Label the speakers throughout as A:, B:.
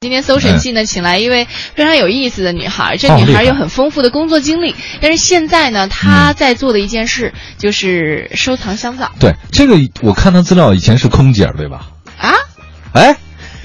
A: 今天搜神器呢，请来一位非常有意思的女孩，
B: 哦
A: 这女孩有很丰富的工作经历，但是现在呢，她在做的一件事就是收藏香皂
B: 对，这个我看她资料以前是空姐儿对吧？
A: 啊。
B: 哎，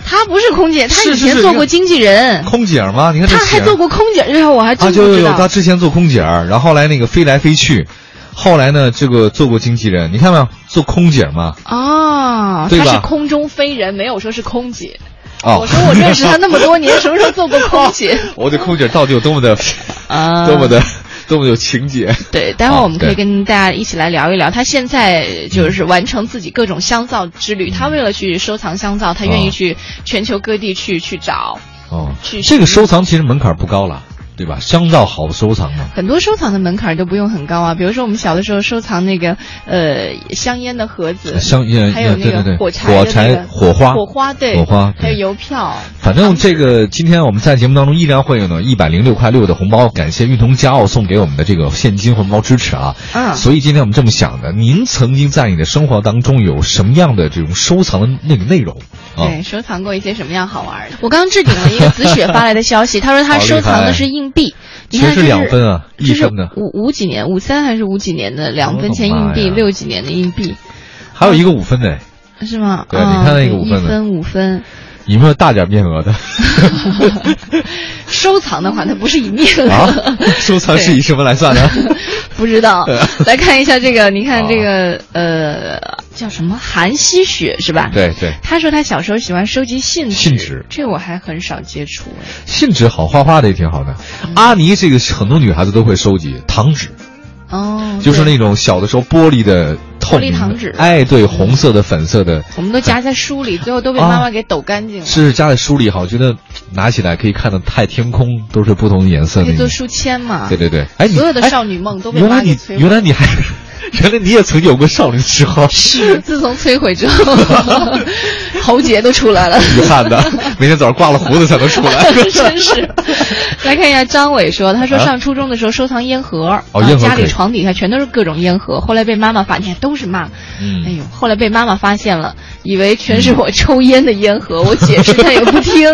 A: 她不是空姐，她
B: 是
A: 以
B: 是
A: 前
B: 是
A: 做过经纪人，
B: 哎空姐儿吗？你看这
A: 她还
B: 姐儿
A: 做过空姐，这我还
B: 啊，
A: 真
B: 就
A: 不
B: 有
A: 知
B: 有
A: 道
B: 她。之前做空姐儿，然后后来那个飞来飞去，后来呢这个做过经纪人，你看没有？做空姐儿嘛，
A: 哦，
B: 对
A: 她
B: 吧
A: 是空中飞人，没有说是空姐。
B: 哦，
A: 我说我认识她那么多年，什么时候做过空姐？
B: 我对空姐儿到底有多么的，
A: 啊，
B: 多么哦的， 多么有情结。
A: 对，待会儿
B: 啊
A: 我们可以
B: 对
A: 跟大家一起来聊一聊，他现在就是完成自己各种香皂之旅。他为了去收藏香皂，他愿意
B: 哦
A: 去全球各地去去找。
B: 哦
A: 去，
B: 这个收藏其实门槛儿不高了，对吧？香皂好收藏嘛。
A: 很多收藏的门槛都不用很高啊，比如说我们小的时候收藏那个呃香烟的盒子，
B: 香烟，
A: 还有
B: 对对
A: 那个
B: 对，
A: 火
B: 火
A: 柴的那个
B: 火花，
A: 火花对，
B: 火花
A: 还有
B: 对
A: 邮票。
B: 反正这个今天我们在节目当中依然会有呢一百零六块六的红包，感谢运通佳奥送给我们的这个现金红包支持啊。
A: 嗯
B: 所以今天我们这么想的，您曾经在你的生活当中有什么样的这种收藏的那个内容啊？
A: 对，收藏过一些什么样好玩的？我刚置顶了一个子雪发来的消息，他说他
B: 好厉
A: 收藏的
B: 害
A: 是硬币，你
B: 全
A: 看这
B: 是两分啊，一
A: 这是
B: 分的，哦
A: 五五几年，五三还是五几年的两
B: 我
A: 分
B: 的
A: 钱硬
B: 妈
A: 币，
B: 呀
A: 六几年的硬币
B: 还有一个五分的，
A: 是吗？
B: 对
A: 啊
B: 你看那个
A: 对
B: 五
A: 一
B: 分的
A: 分五 分。
B: 有没有大点面 额的
A: 收藏的话，它不是以面额，
B: 啊？收藏是以什么来算的？
A: 不知道
B: 对。啊
A: 来看一下这个，你看这个呃叫什么？韩熙雪是吧？。
B: 对对，
A: 他说他小时候喜欢收集信纸，
B: 信纸
A: 这我还很少接触哎
B: 信纸好，画画的也挺好的。阿尼这个很多女孩子都会收集糖纸。
A: 哦，
B: 就是
A: 对
B: 那种小的时候玻璃的透
A: 玻
B: 明
A: 璃
B: 的
A: 糖纸
B: 哎，对，红色的、粉色的，
A: 我们都夹在书里，最后都被
B: 啊
A: 妈妈给抖干净了。
B: 是夹在书里好，觉得拿起来可以看得太天空，都是不同的颜色
A: 可以
B: 那
A: 做
B: 种。
A: 书签嘛？
B: 对对对，哎，你
A: 啊所有的
B: 哎
A: 少女梦都被
B: 原
A: 妈
B: 来
A: 给
B: 你
A: 摧毁。
B: 原来你还 原来你也曾有过少女的时候，
A: 是，自从摧毁之后，喉结都出来了。
B: 遗憾的， 每天早上挂了胡子才能出来。
A: 真 是，来看一下张伟说，他说上初中的时候收藏烟盒，
B: 啊哦
A: 然后
B: 烟盒
A: 家里
B: 可以
A: 床底下全都是各种烟盒，后来被妈妈发现都是嘛，
B: 嗯
A: 哎呦，后来被妈妈发现了，以为全是我抽烟的烟盒，
B: 嗯
A: 我解释她也不 听，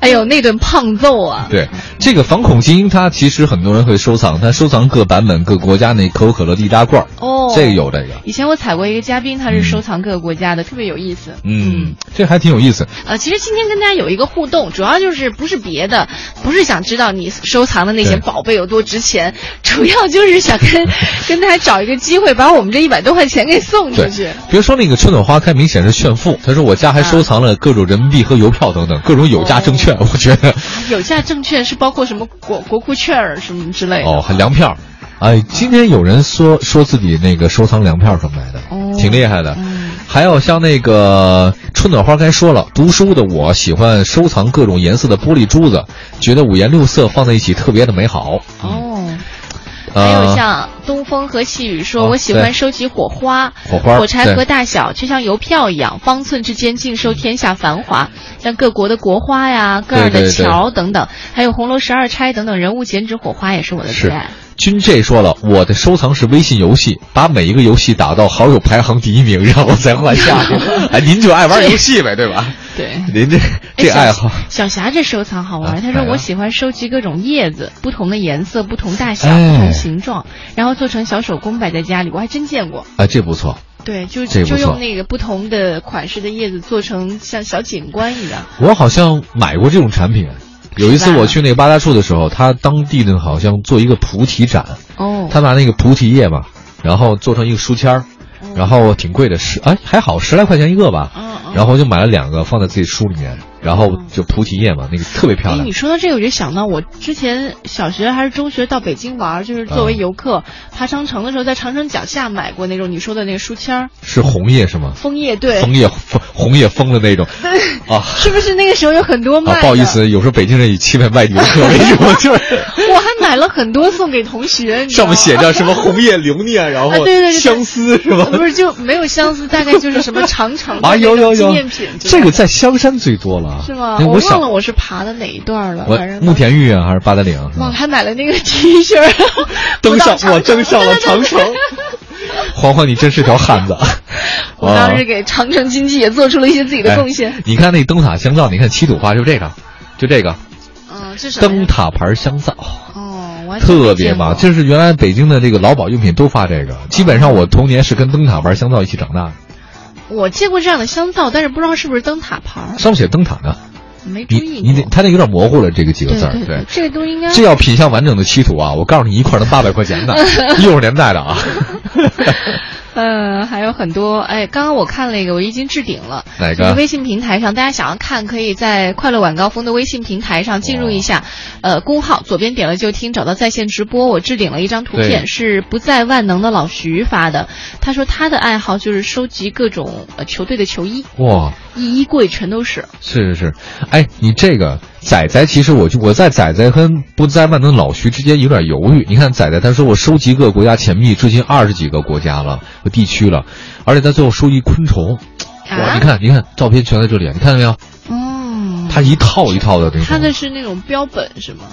A: 哎呦那顿胖揍啊！
B: 对，这个防恐精英，它其实很多人会收藏，它收藏各版本、各国家那可口可乐易拉罐儿，
A: 哦，
B: 这个有嗯这个，
A: 以前我采过一个嘉宾，他是收藏各个国家的，特别有意思。
B: 嗯，这还挺有意思。
A: 呃，其实今天跟大家有一个互动，主要就是不是别的，不是想知道你收藏的那些
B: 对
A: 宝贝有多值钱，主要就是想跟跟大家找一个机会，把我们这一百多块钱给送出
B: 对
A: 去。
B: 比如说那个春暖花开，明显是炫富。他说我家还
A: 啊
B: 收藏了各种人民币和邮票等等各种有
A: 哦
B: 价证券，我觉得
A: 有价证券是包括什么国国库券儿什么之类的。
B: 哦，还粮票。哎，今天有人说说自己那个收藏粮票什么来的，
A: 哦
B: 挺厉害的。
A: 嗯
B: 还有像那个春暖花开说了，读书的我喜欢收藏各种颜色的玻璃珠子，觉得五颜六色放在一起特别的美好。
A: 哦。还
B: 嗯呃
A: 有像东风和细雨说，
B: 哦
A: 我喜
B: 对
A: 欢收集火花，
B: 火花
A: 火柴
B: 对
A: 盒大小就像邮票一样，方寸之间尽收天下繁华，像各国的国花呀、各样
B: 对
A: 的
B: 对对
A: 桥等等，还有红楼十二钗等等人物剪纸火花也是我的最
B: 是
A: 爱。
B: 君 J 说了，我的收藏是微信游戏，把每一个游戏打到好友排行第一名，然后再换下一 个。哎，您就爱玩游戏呗，对吧？
A: 对，
B: 您这
A: 哎
B: 这
A: 小
B: 爱好，
A: 小霞这收藏好玩，
B: 啊
A: 她说
B: 哎呀
A: 我喜欢收集各种叶子，不同的颜色、不同大小、
B: 哎
A: 不同形状，然后做成小手工摆在家里，我还真见过。
B: 哎，这不错。
A: 对，就
B: 这不
A: 就
B: 错
A: 用那个不同的款式的叶子做成像小景观一样。
B: 我好像买过这种产品。有一次我去那个八大处的时候，他当地呢好像做一个菩提展，
A: 哦，
B: 他拿那个菩提叶嘛，然后做成一个书签儿
A: 哦，
B: 然后挺贵的，十哎还好十来块钱一个吧。
A: 嗯嗯
B: 然后我就买了两个放在自己书里面，然后就菩提叶嘛，那个特别漂
A: 哎，
B: 亮
A: 你。说到这个，我就想到我之前小学还是中学到北京玩儿，就是作
B: 嗯
A: 为游客、爬长城的时候，在长城脚下买过那种你说的那个书签儿、
B: 是红叶是吗？
A: 枫叶，对，
B: 枫叶枫红叶枫的那种。啊
A: 是不是那个时候有很多卖
B: 啊
A: 的、，
B: 不好意，思，有时候北京人以欺骗外地游客为主， 就是
A: 我还买了很多送给同学，你知道
B: 上
A: 吗
B: 面写着什么红叶留念，然
A: 啊对
B: 后
A: 对对对
B: 相思是吧？
A: 呃不是就没有相思，大概就是什么长城的
B: 啊，有
A: 那种
B: 有
A: 纪
B: 有
A: 念品，，
B: 这个在香山最多了，
A: 是吗？
B: 哎
A: 我
B: 我
A: 忘
B: 小
A: 了我是爬的哪一段了，
B: 我
A: 反正
B: 慕田峪啊，还是八达岭？是
A: 忘了
B: 吧
A: 还买了那个 T 恤儿，
B: 登上
A: 不到长
B: 我
A: 城
B: 登上了长城。黄黄，你真是条汉子。
A: 我
B: 啊哎
A: 当时给长城经济也做出了一些自己的贡献。
B: 哎你看那灯塔香皂，你看七朵花就这个，就这个
A: 嗯，这是什么
B: 灯
A: 呀
B: 塔牌香皂。
A: 哦，我还真没
B: 特别
A: 见过哦
B: 棒，就是原来北京的这个劳保用品都发这个，基本上我童年是跟灯塔牌香皂一起长大的，
A: 我见过这样的香皂，但是不知道是不是灯塔牌儿，
B: 上面写灯塔呢，
A: 没注
B: 你
A: 意过。
B: 你得它那有点模糊了这个几个
A: 对
B: 字儿，
A: 对
B: 对，
A: 这个都应该
B: 这要品相完整的七图啊，我告诉你一块能八百块 钱的，六十年代的啊，
A: 嗯，还有很多。哎，刚刚我看了一个，我已经置顶了。
B: 哪个
A: 就是微信平台上，大家想要看，可以在快乐晚高峰的微信平台上进入一下，呃，公号左边点了就听，找到在线直播。我置顶了一张图
B: 对
A: 片，是不在万能的老徐发的。他说他的爱好就是收集各种呃球队的球衣，
B: 哇，
A: 一衣柜全都是。啊
B: 是是是，哎，你这个仔仔，其实我就我在仔仔跟不在万能老徐之间有点犹豫。你看仔仔他说我收集各个国家钱币，至今二十几个国家了和地区了，而且他最后收集昆虫。哇，
A: 啊
B: 你看，啊你看，照片全在这里，你看到没有？
A: 哦，
B: 它一套一套的那种。
A: 他的是那种标本是吗？